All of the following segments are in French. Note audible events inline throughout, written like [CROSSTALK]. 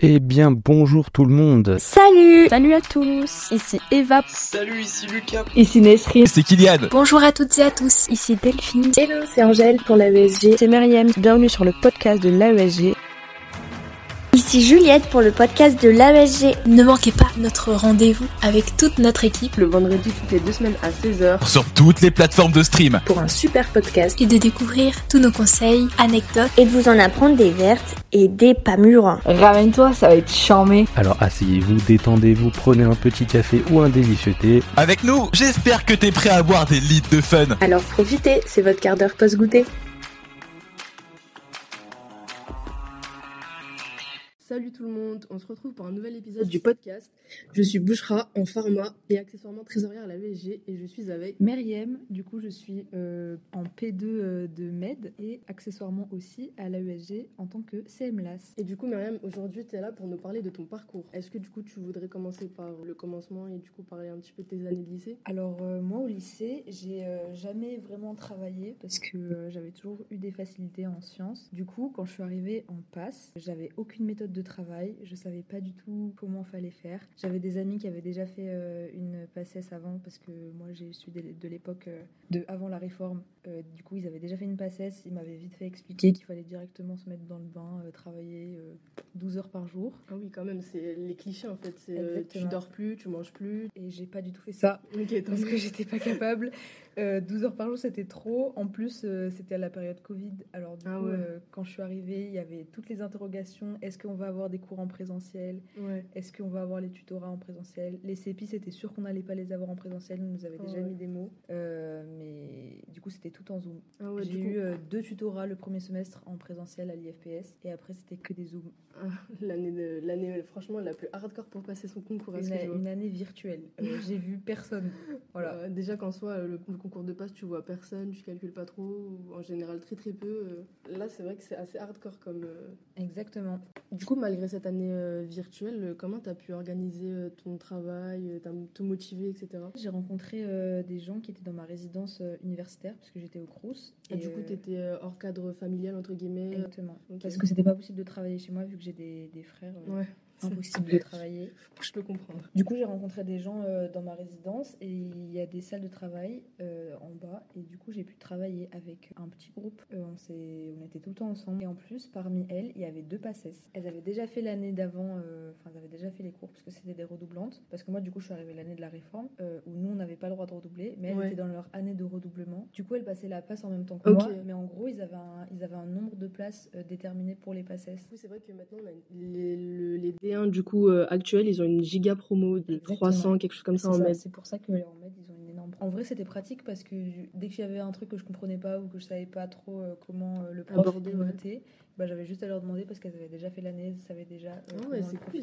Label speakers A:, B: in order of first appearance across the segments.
A: Eh bien, bonjour tout le monde.
B: Salut
C: Salut à tous, ici Eva.
D: Salut, ici Lucas.
E: Ici Nesri.
F: C'est Kylian.
G: Bonjour à toutes et à tous,
H: ici Delphine.
I: Hello, c'est Angèle pour l'AESG.
J: C'est Myriam, bienvenue sur le podcast de l'AESG.
K: Ici Juliette pour le podcast de l'AESG.
L: Ne manquez pas notre rendez-vous avec toute notre équipe
M: le vendredi toutes les deux semaines à 16h
F: sur toutes les plateformes de stream
M: pour un super podcast
L: et de découvrir tous nos conseils, anecdotes
K: et de vous en apprendre des vertes et des pas mûres.
E: Ramène-toi, ça va être charmé.
A: Alors asseyez-vous, détendez-vous, prenez un petit café ou un délicieux thé.
F: Avec nous, j'espère que t'es prêt à boire des litres de fun.
I: Alors profitez, c'est votre quart d'heure post-goûter.
N: Salut tout le monde, on se retrouve pour un nouvel épisode du podcast. Je suis Bouchra en pharma et accessoirement trésorière à la VSG et je suis avec
O: Meriem, du coup je suis euh, en P2 de MED et accessoirement aussi à la USG en tant que CMLAS.
N: Et du coup Meriem, aujourd'hui tu es là pour nous parler de ton parcours. Est-ce que du coup tu voudrais commencer par le commencement et du coup parler un petit peu de tes années de lycée
O: Alors euh, moi au lycée j'ai euh, jamais vraiment travaillé parce que euh, j'avais toujours eu des facilités en sciences. Du coup quand je suis arrivée en passe, j'avais aucune méthode de de travail. Je savais pas du tout comment fallait faire. J'avais des amis qui avaient déjà fait euh, une passesse avant parce que moi je suis de l'époque euh, de avant la réforme. Euh, du coup, ils avaient déjà fait une passesse. Ils m'avaient vite fait expliquer qu'il fallait directement se mettre dans le bain, euh, travailler 12 heures par jour.
N: Ah oui, quand même, c'est les clichés en fait. C'est, euh, tu dors plus, tu manges plus.
O: Et j'ai pas du tout fait
N: [LAUGHS]
O: ça
N: okay,
O: parce que j'étais pas capable. 12 heures par jour, c'était trop. En plus, euh, c'était à la période Covid. Alors, du ah, coup, ouais. quand je suis arrivée, il y avait toutes les interrogations. Est-ce qu'on va avoir des cours en présentiel
N: ouais.
O: Est-ce qu'on va avoir les tutorats en présentiel Les CEPI, c'était sûr qu'on n'allait pas les avoir en présentiel, ils nous avaient déjà
N: Ah ouais.
O: mis des mots. Euh, mais du coup, c'était tout en Zoom.
N: Ah ouais,
O: J'ai eu euh, deux tutorats le premier semestre en présentiel à l'IFPS et après, c'était que des Zooms.
N: Ah, l'année, l'année, franchement, la plus hardcore pour passer son concours.
O: Une, a, une année virtuelle.
N: [LAUGHS]
O: Euh, J'ai vu personne. Voilà.
N: Euh, déjà qu'en soi, le, le, concours de passe, tu vois personne, tu calcules pas trop, en général, très très peu. euh. Là, c'est vrai que c'est assez hardcore comme. euh,
O: Exactement.
N: Du coup, malgré cette année euh, virtuelle, euh, comment tu as pu organiser euh, ton travail, euh, te motiver, etc.
O: J'ai rencontré euh, des gens qui étaient dans ma résidence euh, universitaire, parce que j'étais au Crous. euh,
N: Et, et Ah, du coup, tu étais hors cadre familial, entre guillemets euh,
O: Exactement. Okay. Parce que c'était pas possible de travailler chez moi, vu que j'ai des, des, frères. euh,
N: Ouais
O: impossible de travailler.
N: Je peux comprendre.
O: Du coup, j'ai rencontré des gens euh, dans ma résidence et il y a des salles de travail euh, en bas. Et du coup, j'ai pu travailler avec un petit groupe. Euh, on, on était tout le temps ensemble. Et en plus, parmi elles, il y avait deux passesses. Elles avaient déjà fait l'année d'avant, euh, enfin, elles avaient déjà fait les cours parce que c'était des redoublantes. Parce que moi, du coup, je suis arrivée l'année de la réforme euh, où nous, on n'avait pas le droit de redoubler, mais elles
N: ouais.
O: étaient dans leur année de redoublement. Du coup, elles passaient la passe en même temps que okay. moi. Mais en gros, ils avaient un, ils avaient un nombre de places déterminé pour les passesses.
N: Oui, c'est vrai que maintenant, on a les, le, les du coup euh, actuel, ils ont une giga promo de 300, quelque chose comme ça en
O: MED. C'est pour ça que en MED, ils ont une énorme. En vrai, c'était pratique parce que dès qu'il y avait un truc que je comprenais pas ou que je savais pas trop euh, comment euh, le prof
N: Aborder,
O: noter, ouais. bah, j'avais juste à leur demander parce qu'elles avaient déjà fait l'année, elles savaient déjà euh,
N: oh, ouais, cool,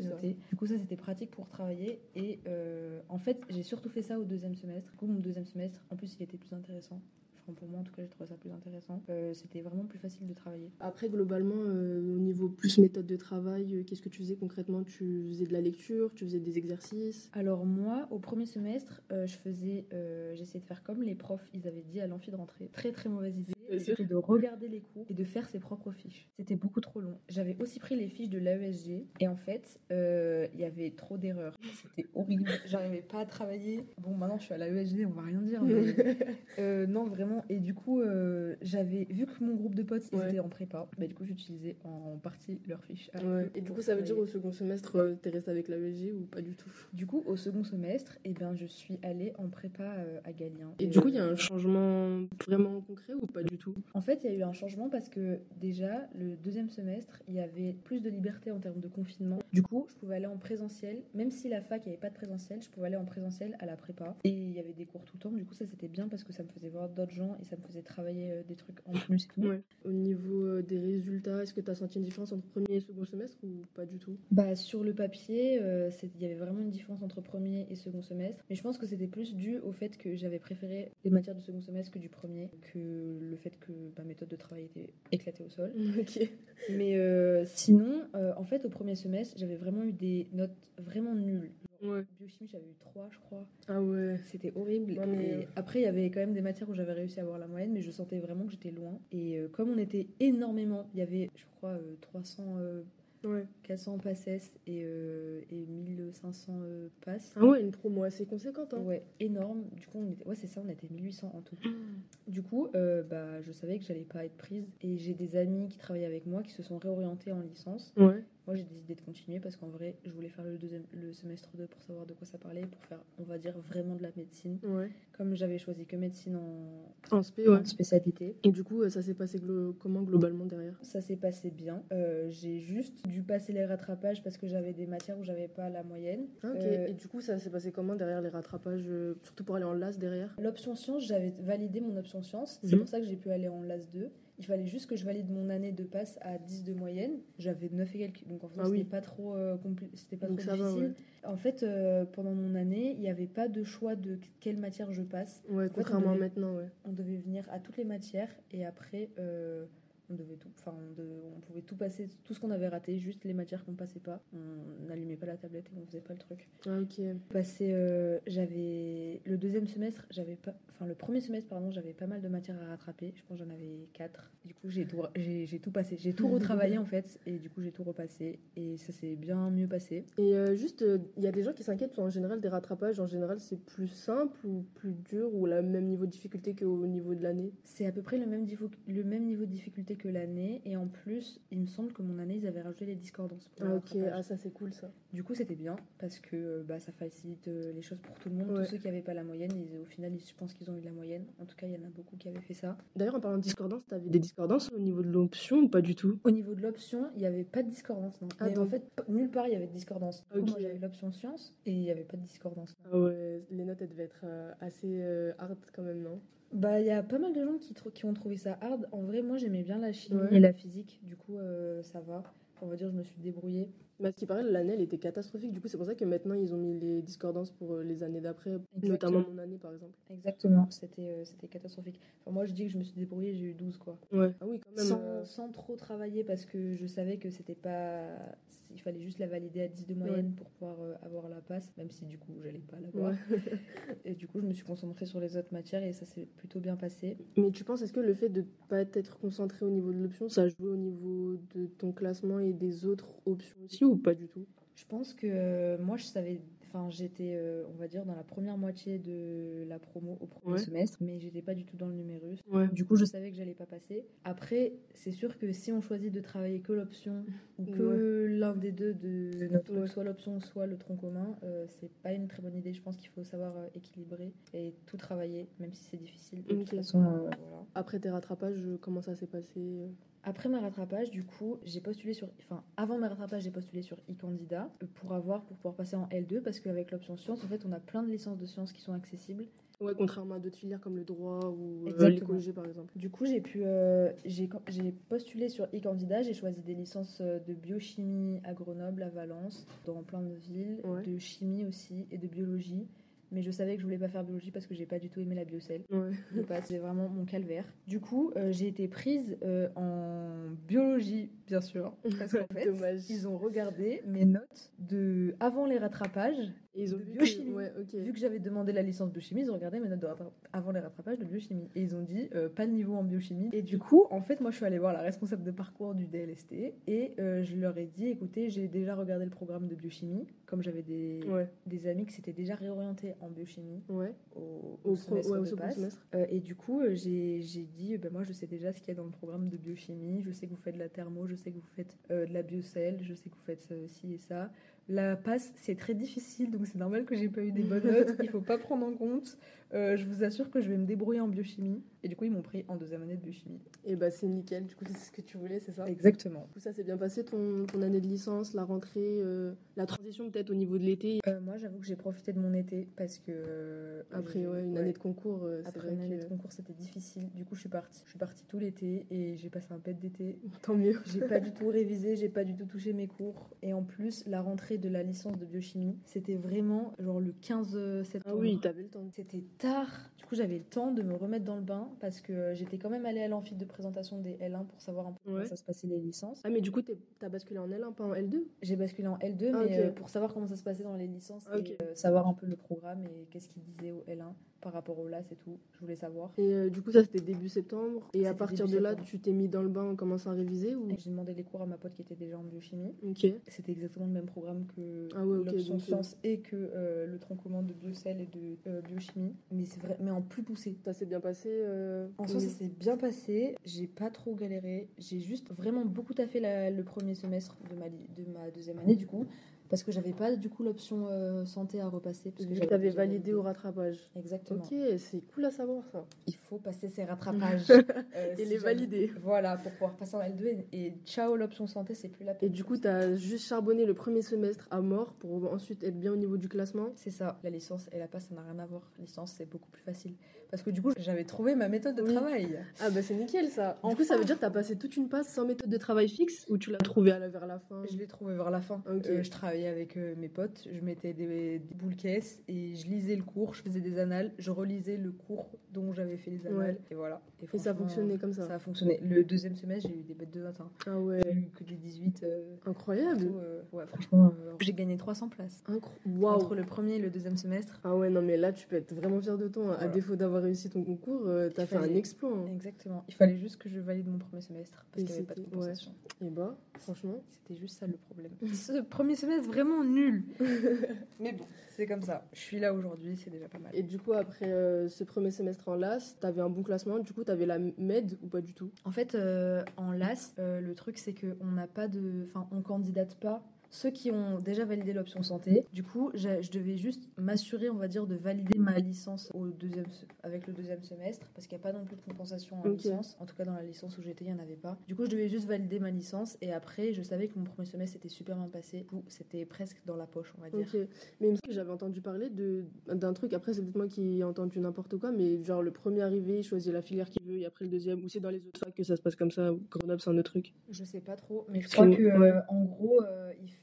O: Du coup, ça c'était pratique pour travailler et euh, en fait, j'ai surtout fait ça au deuxième semestre. Du coup, mon deuxième semestre, en plus, il était plus intéressant pour moi en tout cas j'ai trouvé ça plus intéressant euh, c'était vraiment plus facile de travailler
N: après globalement euh, au niveau plus méthode de travail euh, qu'est-ce que tu faisais concrètement tu faisais de la lecture tu faisais des exercices
O: alors moi au premier semestre euh, je faisais euh, j'essayais de faire comme les profs ils avaient dit à l'amphi de rentrer très très mauvaise idée
N: [LAUGHS]
O: c'était de regarder les cours et de faire ses propres fiches. C'était beaucoup trop long. J'avais aussi pris les fiches de l'AESG et en fait, il euh, y avait trop d'erreurs. [LAUGHS] C'était horrible. J'arrivais pas à travailler. Bon, maintenant je suis à l'AESG, on va rien dire. Mais...
N: [LAUGHS]
O: euh, non, vraiment. Et du coup, euh, j'avais vu que mon groupe de potes ils
N: ouais.
O: étaient en prépa, bah, du coup, j'utilisais en partie leurs fiches.
N: Ouais. Et du coup, ça veut dire au second semestre, euh, t'es restée avec l'AESG ou pas du tout
O: Du coup, au second semestre, et eh ben, je suis allée en prépa euh, à Galien. euh,
N: Et, et du coup, il y a un changement vraiment concret ou pas du tout tout.
O: En fait, il y a eu un changement parce que déjà, le deuxième semestre, il y avait plus de liberté en termes de confinement. Du coup, je pouvais aller en présentiel, même si la fac, il n'y avait pas de présentiel, je pouvais aller en présentiel à la prépa. Et il y avait des cours tout le temps, du coup, ça c'était bien parce que ça me faisait voir d'autres gens et ça me faisait travailler euh, des trucs en plus.
N: Ouais. Au niveau euh, des résultats, est-ce que tu as senti une différence entre premier et second semestre ou pas du [LAUGHS] tout
O: Bah, sur le papier, il euh, y avait vraiment une différence entre premier et second semestre, mais je pense que c'était plus dû au fait que j'avais préféré les matières du second semestre que du premier, que le fait que ma méthode de travail était éclatée au sol.
N: Okay.
O: Mais euh, sinon, euh, en fait, au premier semestre, j'avais vraiment eu des notes vraiment nulles.
N: Ouais.
O: Biochimie, j'avais eu 3, je crois.
N: Ah ouais.
O: C'était horrible.
N: Ouais, mais... euh,
O: et après, il y avait quand même des matières où j'avais réussi à avoir la moyenne, mais je sentais vraiment que j'étais loin. Et euh, comme on était énormément, il y avait, je crois, 300
N: Ouais.
O: 400 passes et, euh, et 1500 euh, passes.
N: Ah ouais, une promo assez conséquente. Hein.
O: Ouais, énorme. Du coup, on était... ouais, c'est ça, on était 1800 en tout. Du coup, euh, bah, je savais que j'allais pas être prise. Et j'ai des amis qui travaillent avec moi qui se sont réorientés en licence.
N: [CLEARS THROAT] Ouais.
O: Moi, j'ai décidé de continuer parce qu'en vrai, je voulais faire le deuxième, le semestre 2 pour savoir de quoi ça parlait, pour faire, on va dire, vraiment de la médecine.
N: Ouais.
O: Comme j'avais choisi que médecine en,
N: En spé, ouais.
O: en spécialité,
N: Et du coup, euh, ça s'est passé glo- comment globalement derrière
O: ça s'est passé bien. Euh, j'ai juste dû passer les rattrapages parce que j'avais des matières où j'avais pas la moyenne.
N: Ok.
O: Euh,
N: Et du coup, ça s'est passé comment derrière les rattrapages, euh, surtout pour aller en LAS derrière
O: L'option science, j'avais validé mon option science. C'est
N: Mhm.
O: pour ça que j'ai pu aller en LAS 2. Il fallait juste que je valide mon année de passe à 10 de moyenne. J'avais 9 et quelques, donc en fait,
N: Ah
O: c'était
N: oui.
O: pas trop, euh, compli- c'était pas
N: Donc
O: trop
N: ça va,
O: difficile. En fait, euh, pendant mon année, il n'y avait pas de choix de quelle matière je passe.
N: Ouais, contrairement à
O: devait-
N: maintenant, ouais.
O: On devait venir à toutes les matières et après, euh, on devait tout, enfin, on, de- on pouvait tout passer, tout ce qu'on avait raté, juste les matières qu'on passait pas. On n'allumait pas la tablette et on faisait pas le truc
N: Ah, ok.
O: passé euh, j'avais le deuxième semestre j'avais pas enfin le premier semestre pardon j'avais pas mal de matières à rattraper je pense que j'en avais quatre du coup j'ai tout j'ai j'ai tout passé j'ai
N: [LAUGHS]
O: tout retravaillé en fait et du coup j'ai tout repassé et ça s'est bien mieux passé
N: Et euh, juste, il y a des gens qui s'inquiètent en général des rattrapages. En général, c'est plus simple ou plus dur ou le même niveau de difficulté qu'au niveau de l'année.
O: c'est à peu près le même niveau le même niveau de difficulté que l'année et en plus il me semble que mon année ils avaient rajouté les discordances pour le
N: Ah, ok.
O: rattrapage.
N: Ah, ça, c'est cool ça.
O: du coup c'était bien parce que euh, bah ça facilite euh, les choses pour tout le monde
N: Ouais.
O: tous ceux qui avaient pas la moyenne ils- au final ils- je pense qu'ils ont eu la moyenne en tout cas il y en a beaucoup qui avaient fait ça
N: D'ailleurs, en parlant de discordance, t'avais des discordances au niveau de l'option ou pas du tout
O: Au niveau de l'option, il n'y avait pas de discordance. Non.
N: Ah,
O: Mais
N: donc-
O: en fait, p- nulle part il y avait de discordance. Du coup,
N: Ok.
O: Moi j'avais l'option science et il n'y avait pas de discordance.
N: Ah ouais, les notes, elles devaient être euh, assez euh, hard quand même, non
O: Bah il y a pas mal de gens qui, trou- qui ont trouvé ça hard. En vrai, moi j'aimais bien la chimie
N: Ouais.
O: et la physique. Du coup, euh, ça va. On va dire, je me suis débrouillée.
N: Mais à Bah, ce qui paraît, l'année, elle était catastrophique. Du coup, c'est pour ça que maintenant, ils ont mis les discordances pour euh, les années d'après, notamment mon année, par exemple.
O: Exactement. C'était euh, c'était catastrophique. Enfin, moi je dis que je me suis débrouillée, j'ai eu 12 quoi.
N: Ouais. Ah oui, quand même. euh,
O: Sans, sans trop travailler parce que je savais que c'était pas. Il fallait juste la valider à 10 de moyenne pour pouvoir euh, avoir la passe, même si du coup j'allais pas l'avoir.
N: Ouais.
O: Et du coup, je me suis concentrée sur les autres matières et ça s'est plutôt bien passé.
N: Mais tu penses, est-ce que le fait de pas être concentré au niveau de l'option, ça joue au niveau de ton classement et des autres options aussi ou pas du tout
O: Je pense que euh, moi, je savais. Enfin, j'étais, euh, on va dire, dans la première moitié de la promo au premier
N: Ouais.
O: semestre, mais j'étais pas du tout dans le numérus.
N: Ouais.
O: Du coup, je savais que j'allais pas passer. Après, c'est sûr que si on choisit de travailler que l'option ou que l'un des deux de notre
N: Ouais.
O: soit l'option soit le tronc commun, euh, c'est pas une très bonne idée. Je pense qu'il faut savoir euh, équilibrer et tout travailler, même si c'est difficile. De
N: Ok.
O: toute façon, euh, voilà.
N: Après tes rattrapages, euh, comment ça s'est passé
O: Après ma rattrapage, du coup, j'ai postulé sur. Enfin, avant ma rattrapage, j'ai postulé sur e-candidat euh, pour avoir, pour pouvoir passer en L2, parce qu'avec l'option sciences, en fait, on a plein de licences de sciences qui sont accessibles.
N: Ouais, contrairement à d'autres filières comme le droit ou euh,
O: Exactement.
N: l'écologie, par exemple.
O: Du coup, j'ai pu. euh, j'ai j'ai postulé sur e-candidat, j'ai choisi des licences euh, de biochimie à Grenoble, à Valence, dans plein de villes,
N: Ouais.
O: de chimie aussi, et de biologie. Mais je savais que je voulais pas faire biologie parce que j'ai pas du tout aimé la biocelle.
N: Ouais.
O: Je passe, c'est vraiment mon calvaire. Du coup, euh, j'ai été prise euh, en biologie, bien sûr. Parce
N: [LAUGHS]
O: qu'en fait,
N: Dommage.
O: ils ont regardé mes notes de avant les rattrapages.
N: Et ils ont
O: De
N: vu
O: biochimie.
N: que... Ouais, ok.
O: Vu que j'avais demandé la licence biochimie, ils ont regardé mes notes de rattra- avant les rattrapages de biochimie. Et ils ont dit euh, pas de niveau en biochimie. Et du coup, en fait, moi, je suis allée voir la responsable de parcours du DLST et euh, je leur ai dit écoutez, j'ai déjà regardé le programme de biochimie, comme j'avais des,
N: Ouais,
O: des amis qui s'étaient déjà réorientés en biochimie
N: ouais.
O: au, au
N: Au, pro...
O: semestre
N: ouais, au
O: de
N: second
O: passe.
N: semestre.
O: Euh, et du coup, euh, j'ai j'ai dit, euh, ben moi, je sais déjà ce qu'il y a dans le programme de biochimie, je sais que vous faites de la thermo, je sais que vous faites euh, de la biocelle, je sais que vous faites ceci et ça. La passe, c'est très difficile, donc c'est normal que j'ai pas eu des
N: [LAUGHS]
O: bonnes notes, il faut pas prendre en compte. Euh, je vous assure que je vais me débrouiller en biochimie. Et du coup, ils m'ont pris en deuxième année de biochimie.
N: Et bah, c'est nickel. Du coup, c'est ce que tu voulais, c'est ça
O: Exactement.
N: Du coup, ça s'est bien passé ton, ton année de licence, la rentrée, euh, la transition peut-être au niveau de l'été.
O: Euh, moi, j'avoue que j'ai profité de mon été parce que. euh,
N: Après,
O: j'ai-
N: ouais, une
O: ouais.
N: année de concours, euh, c'est
O: Après
N: vrai
O: une année
N: que-
O: de concours, c'était difficile. Du coup, je suis partie. Je suis partie tout l'été et j'ai passé un bête d'été.
N: [LAUGHS] Tant mieux.
O: J'ai pas du tout révisé, j'ai pas du tout touché mes cours. Et en plus, la rentrée de la licence de biochimie, c'était vraiment genre le 15 septembre.
N: Ah oui, t'avais le temps.
O: C'était tard. Du coup, j'avais le temps de me remettre dans le bain parce que euh, j'étais quand même allée à l'amphi de présentation des L1 pour savoir un peu
N: Ouais.
O: comment ça se passait les licences.
N: Ah, mais du coup, t'es- t'as basculé en L1, pas en L2
O: J'ai basculé en L2,
N: Ah,
O: mais
N: ok.
O: euh, pour savoir comment ça se passait dans les licences
N: Ah, ok.
O: et euh, savoir un peu le programme et qu'est-ce qu'ils disaient au L1. par rapport au LAS et tout. Je voulais savoir.
N: Et euh, du coup, ça c'était début septembre. Et à
O: C'était
N: partir
O: début
N: de là,
O: septembre.
N: tu t'es mis dans le bain en commençant à réviser ou
O: Et J'ai demandé les cours à ma pote qui était déjà en biochimie.
N: Ok.
O: C'était exactement le même programme que
N: Ah ouais, ok,
O: l'option
N: donc, euh,
O: sciences et que euh, le tronc commun de biocell et de euh, biochimie. Mais c'est vrai, mais en plus poussé.
N: Ça s'est bien passé euh,
O: En soi, ça s'est bien passé. J'ai pas trop galéré. J'ai juste vraiment beaucoup taffé la- le premier semestre de ma, li- de ma deuxième année, du coup. Parce que j'avais pas, du coup, l'option euh, santé à repasser. Parce que
N: Tu
O: j'avais
N: avais
O: déjà
N: validé au rattrapage.
O: Exactement.
N: Ok, c'est cool à savoir ça.
O: Il faut passer ses
N: [LAUGHS]
O: rattrapages. Euh,
N: Et
O: si
N: les
O: jamais-
N: valider.
O: Voilà, pour pouvoir passer en L2. Et, et ciao, l'option santé, c'est plus la peine.
N: Et du coup, t'as juste charbonné le premier semestre à mort pour ensuite être bien au niveau du classement.
O: C'est ça, la licence et la passe, ça n'a rien à voir. Licence, c'est beaucoup plus facile. Parce que du coup, j'avais trouvé ma méthode de
N: Oui.
O: travail.
N: Ah bah c'est nickel ça. Du coup, ça veut dire que t'as passé toute une passe sans méthode de travail fixe ou tu l'as trouvé à la, vers la fin
O: Je l'ai trouvé vers la fin.
N: Ah, Ok.
O: Euh, je travaillais avec euh, mes potes, je mettais des, des boules caisses et je lisais le cours, je faisais des annales, je relisais le cours dont j'avais fait les annales.
N: Ouais.
O: Et voilà.
N: Et ça
O: franchement,
N: fonctionnait comme ça.
O: Ça a fonctionné. Le deuxième semestre, j'ai eu des bêtes de matin.
N: Ah ouais.
O: J'ai eu que des 18. euh,
N: Incroyable.
O: partout, euh, ouais, franchement, euh, j'ai gagné 300 places.
N: Incro-
O: Entre
N: Waouh.
O: le premier et le deuxième semestre.
N: Ah ouais, non mais là, tu peux être vraiment fier de toi. hein. À
O: Voilà.
N: défaut d'avoir réussi ton concours, euh, t'as
O: Il
N: fait un
O: fallait-
N: exploit. hein.
O: Exactement. Il fallait juste que je valide mon premier semestre parce
N: Et
O: qu'il n'y avait pas de
N: c'était-
O: compensation.
N: Et bah, franchement.
O: C'était juste ça le problème. Ce premier semestre vraiment nul. [LAUGHS] Mais bon, c'est comme ça. Je suis là aujourd'hui, c'est déjà pas mal.
N: Et du coup, après euh, ce premier semestre en LAS, t'avais un bon classement. Du coup, t'avais la MED ou pas du tout
O: En fait, euh, en LAS, euh, le truc c'est que on n'a pas de, enfin, on candidate pas. Ceux qui ont déjà validé l'option santé, du coup, j'ai- je devais juste m'assurer, on va dire, de valider ma licence au deuxième, se- avec le deuxième semestre, parce qu'il n'y a pas non plus de compensation en
N: Ok.
O: licence. En tout cas, dans la licence où j'étais, il n'y en avait pas. Du coup, je devais juste valider ma licence, et après, je savais que mon premier semestre était super bien passé. Du coup, c'était presque dans la poche, on va dire.
N: Ok. Mais il me semble que j'avais entendu parler de- d'un truc. Après, c'est peut-être moi qui ai entendu n'importe quoi, mais genre le premier arrivé, il choisit la filière qu'il veut, et après le deuxième, ou c'est dans les autres facs que ça se passe comme ça. ou Grenoble, c'est un autre truc.
O: Je sais pas trop, mais je
N: Parce
O: crois
N: que-
O: que euh,
N: ouais.
O: en gros, euh, il fait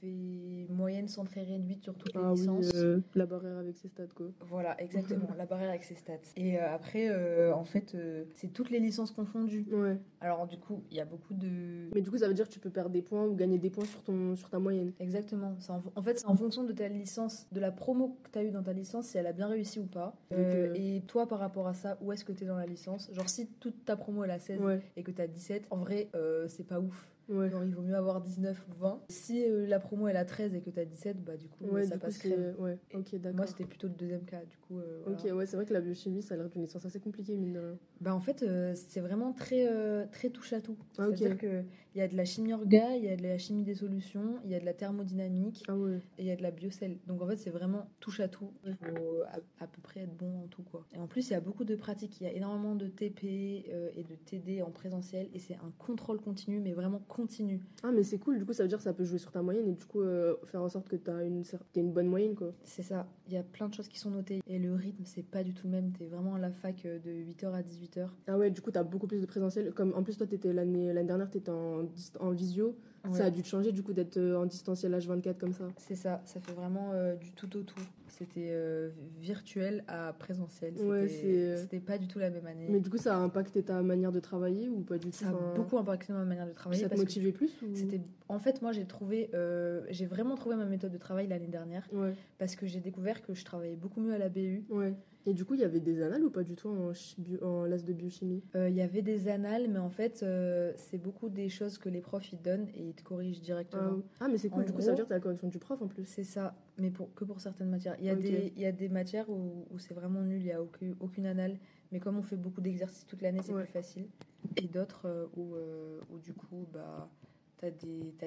O: moyenne sans très réduite sur toutes les
N: Ah oui,
O: licences.
N: euh, la barrière avec ses stats, quoi.
O: Voilà, exactement, la barrière avec ses stats. Et euh, après, euh, en fait, euh, c'est toutes les licences confondues.
N: Ouais.
O: Alors du coup, il y a beaucoup de...
N: Mais du coup, ça veut dire que tu peux perdre des points ou gagner des points sur, ton, sur ta moyenne.
O: Exactement. C'est En, en fait, c'est en fonction de ta licence, de la promo que tu as eue dans ta licence, si elle a bien réussi ou pas. Euh,
N: Donc, euh,
O: Et toi, par rapport à ça, où est-ce que tu es dans la licence Genre, si toute ta promo, elle a 16
N: Ouais,
O: et que tu as 17, en vrai, euh, c'est pas ouf.
N: ouais.
O: Genre, il vaut mieux avoir 19 ou 20. Si euh, la promo, elle a 13 et que tu as 17, bah du coup,
N: Ouais,
O: ça
N: du coup,
O: passe
N: c'est.
O: crème.
N: Ouais, ok,
O: Moi,
N: d'accord.
O: c'était plutôt le deuxième cas, du coup. euh, voilà.
N: Ok, ouais, c'est vrai que la biochimie, ça a l'air d'une licence assez compliquée, mine de rien.
O: Bah en fait, euh, c'est vraiment très, euh, très touche à tout.
N: Ah, ok.
O: C'est-à-dire qu'il y a de la chimie orga, il y a de la chimie des solutions, il y a de la thermodynamique
N: Ah ouais.
O: et il y a de la biocelle. Donc en fait, c'est vraiment touche à tout. Il faut à, à peu près être bon en tout. quoi. Et en plus, il y a beaucoup de pratiques. Il y a énormément de TP euh, et de TD en présentiel et c'est un contrôle continu, mais vraiment continu.
N: Ah, mais c'est cool, du coup, ça veut dire que ça peut jouer sur ta moyenne et du coup, euh, faire en sorte que t'as une, cer- t'aies une bonne moyenne, quoi.
O: C'est ça, il y a plein de choses qui sont notées et le rythme, c'est pas du tout le même. T'es vraiment à la fac euh, de 8h à 18h.
N: Ah ouais, du coup, t'as beaucoup plus de présentiel. Comme en plus, toi, t'étais l'année l'année dernière, t'étais en, dis- en visio. Ça a dû te changer, du coup, d'être euh, en distanciel H24 comme ça.
O: C'est ça, ça fait vraiment euh, du tout au tout. C'était euh, virtuel à présentiel. C'était,
N: Ouais, c'est, euh,
O: c'était pas du tout la même année.
N: Mais du coup, ça a impacté ta manière de travailler ou pas du tout
O: ça a
N: Enfin,
O: beaucoup impacté ma manière de travailler.
N: Ça te
O: parce que
N: motivait plus ou...
O: c'était... En fait, moi, j'ai trouvé, euh, j'ai vraiment trouvé ma méthode de travail l'année dernière
N: Ouais,
O: parce que j'ai découvert que je travaillais beaucoup mieux à la BU.
N: ouais. Et du coup, il y avait des annales ou pas du tout en, chi- bio- en las de biochimie
O: Euh, Il y avait des annales, mais en fait, euh, c'est beaucoup des choses que les profs ils te donnent et ils te corrigent directement.
N: ah, ah, mais c'est cool,
O: En
N: du coup, ça
O: gros-
N: veut dire que t'as la correction du prof en plus.
O: C'est ça, mais pour, que pour certaines matières. Il y a,
N: Ok.
O: des, il y a des matières où, où c'est vraiment nul, il n'y a aucune, aucune annale. Mais comme on fait beaucoup d'exercices toute l'année, c'est
N: Ouais.
O: plus facile. Et d'autres euh, où, euh, où du coup, bah, tu as,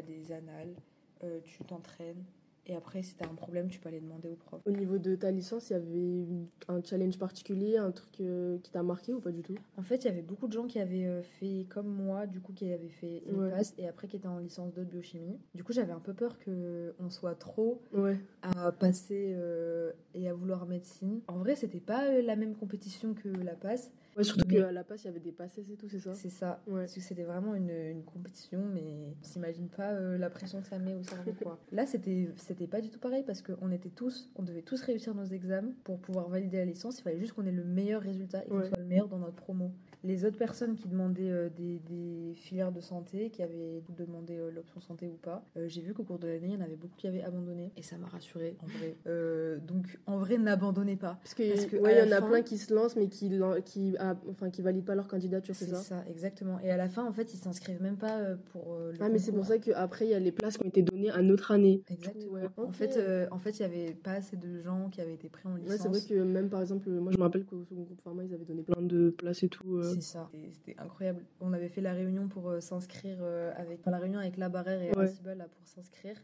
O: des annales, euh, tu t'entraînes. Et après, si tu as un problème, tu peux aller demander au prof.
N: Au niveau de ta licence, il y avait une- un challenge particulier, un truc euh, qui t'a marqué ou pas du tout
O: En fait, il y avait beaucoup de gens qui avaient euh, fait comme moi, du coup, qui avaient fait une
N: Ouais.
O: passe et après qui étaient en licence 2 de biochimie. Du coup, j'avais un peu peur qu'on soit trop
N: Ouais,
O: à passer euh, et à vouloir médecine. En vrai, c'était pas euh, la même compétition que la passe.
N: ouais surtout
O: Mais-
N: qu'à la passe, il y avait des passés et tout, c'est ça
O: C'est ça.
N: Ouais.
O: Parce que c'était vraiment une, une compétition, mais on s'imagine pas euh, la pression que ça met au cerveau.
N: [LAUGHS]
O: Quoi. Là, c'était c'était pas du tout pareil parce qu'on était tous, on devait tous réussir nos examens pour pouvoir valider la licence. Il fallait juste qu'on ait le meilleur résultat et qu'on
N: Ouais.
O: soit le meilleur dans notre promo. Les autres personnes qui demandaient euh, des, des filières de santé, qui avaient demandé euh, l'option santé ou pas, euh, j'ai vu qu'au cours de l'année, il y en avait beaucoup qui avaient abandonné et ça m'a rassurée en vrai. Euh, donc en vrai, n'abandonnez pas.
N: Parce qu'il
O: Parce que à
N: ouais, il y en
O: la
N: a
O: fin-
N: plein qui se lancent mais qui, l'en- qui, a- enfin, qui valident pas leur candidature, c'est
O: C'est
N: ça,
O: ça, exactement. Et à la fin, en fait, ils s'inscrivent même pas euh, pour euh, le
N: Ah, mais c'est
O: concours.
N: pour ça qu'après, il y a les places qui ont été données à notre année.
O: Exactement.
N: Ouais,
O: En
N: ok.
O: fait, euh, en fait, il y avait pas assez de gens qui avaient été pris en licence.
N: Ouais, c'est vrai que même par exemple, moi je me rappelle qu'au second groupe format, ils avaient donné plein de places et tout. euh.
O: C'est ça. Et C'était incroyable. On avait fait la réunion pour euh, s'inscrire euh, avec enfin, la réunion avec la barrière et
N: Ouais.
O: Ansiba, là pour s'inscrire.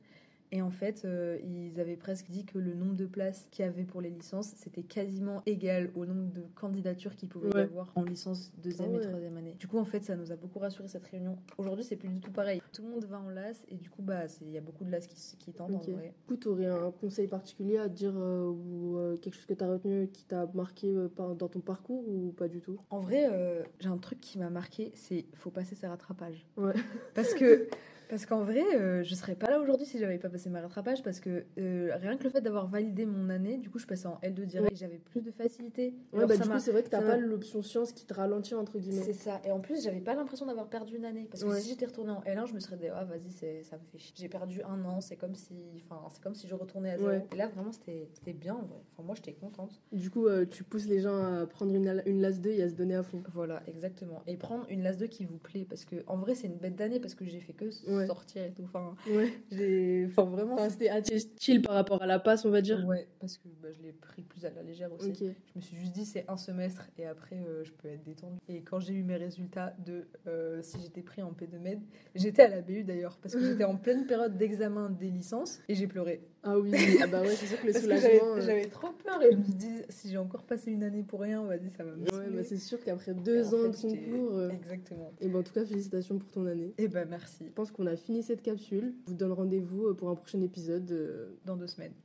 O: Et en fait, euh, ils avaient presque dit que le nombre de places qu'il y avait pour les licences, c'était quasiment égal au nombre de candidatures qu'il pouvait y
N: Ouais.
O: avoir en licence deuxième
N: Ah
O: et
N: ouais.
O: troisième année. Du coup, en fait, ça nous a beaucoup rassuré cette réunion. Aujourd'hui, c'est plus du tout pareil. Tout le monde va en LAS et du coup, bah, c'est- il y a beaucoup de LAS qui, s- qui tentent
N: Ok.
O: en vrai.
N: Du coup, tu aurais un conseil particulier à dire euh, ou euh, quelque chose que tu as retenu qui t'a marqué euh, par- dans ton parcours ou pas du tout
O: En vrai, euh, j'ai un truc qui m'a marqué, c'est faut passer ses rattrapages.
N: Ouais.
O: Parce que parce qu'en vrai, euh, je serais pas là aujourd'hui si j'avais pas passé mes rattrapages parce que euh, rien que le fait d'avoir validé mon année, du coup, je passais en L2 direct, et j'avais plus de facilité.
N: Ouais,
O: Genre,
N: bah,
O: ça
N: du
O: m'a-
N: coup, c'est vrai que t'as
O: ça
N: pas
O: m'a-
N: l'option science qui te ralentit, entre
O: c'est
N: guillemets.
O: ça. Et en plus, j'avais pas l'impression d'avoir perdu une année. Parce que
N: Ouais.
O: si j'étais retournée en L1, je me serais dit, ah, vas-y, c'est- ça me fait chier. J'ai perdu un an, c'est comme si, enfin, c'est comme si je retournais à zéro.
N: Ouais.
O: Et là, vraiment, c'était c'était bien, en vrai. Enfin, moi, j'étais contente.
N: Du coup, euh, tu pousses les gens à prendre une, al- une LAS 2 et à se donner à fond.
O: Voilà, exactement. Et prendre une LAS 2 qui vous plaît, parce que en vrai, c'est une bête d'année, parce que j'ai fait que s-
N: Ouais.
O: sortir et tout. Enfin,
N: Ouais.
O: j'ai. Enfin, vraiment.
N: Enfin, c'était assez chill par rapport à la passe, on va
O: c'est-
N: dire.
O: Ouais, parce que bah, je l'ai pris plus à la légère aussi.
N: Ok.
O: Je me suis juste dit, c'est un semestre, et après, euh, je peux être détendue. Et quand j'ai eu mes résultats de euh, si j'étais pris en P2 Med, j'étais à la BU d'ailleurs, parce que j'étais en pleine période d'examen des licences, et j'ai pleuré.
N: Ah oui, oui. ah bah ouais, c'est sûr que le
O: Parce que j'avais
N: soulagement. euh,
O: j'avais trop peur, et je me suis dit, si j'ai encore passé une année pour rien, vas-y, ça va me
N: Ouais,
O: saouler.
N: bah c'est sûr qu'après
O: Et
N: deux
O: en
N: ans de
O: fait, j'étais-
N: concours. euh,
O: Exactement.
N: Et ben en tout cas, félicitations pour ton année.
O: Et ben merci.
N: Je pense qu'on a fini cette capsule. Je vous donne rendez-vous euh, pour un prochain épisode. euh,
O: Dans deux semaines.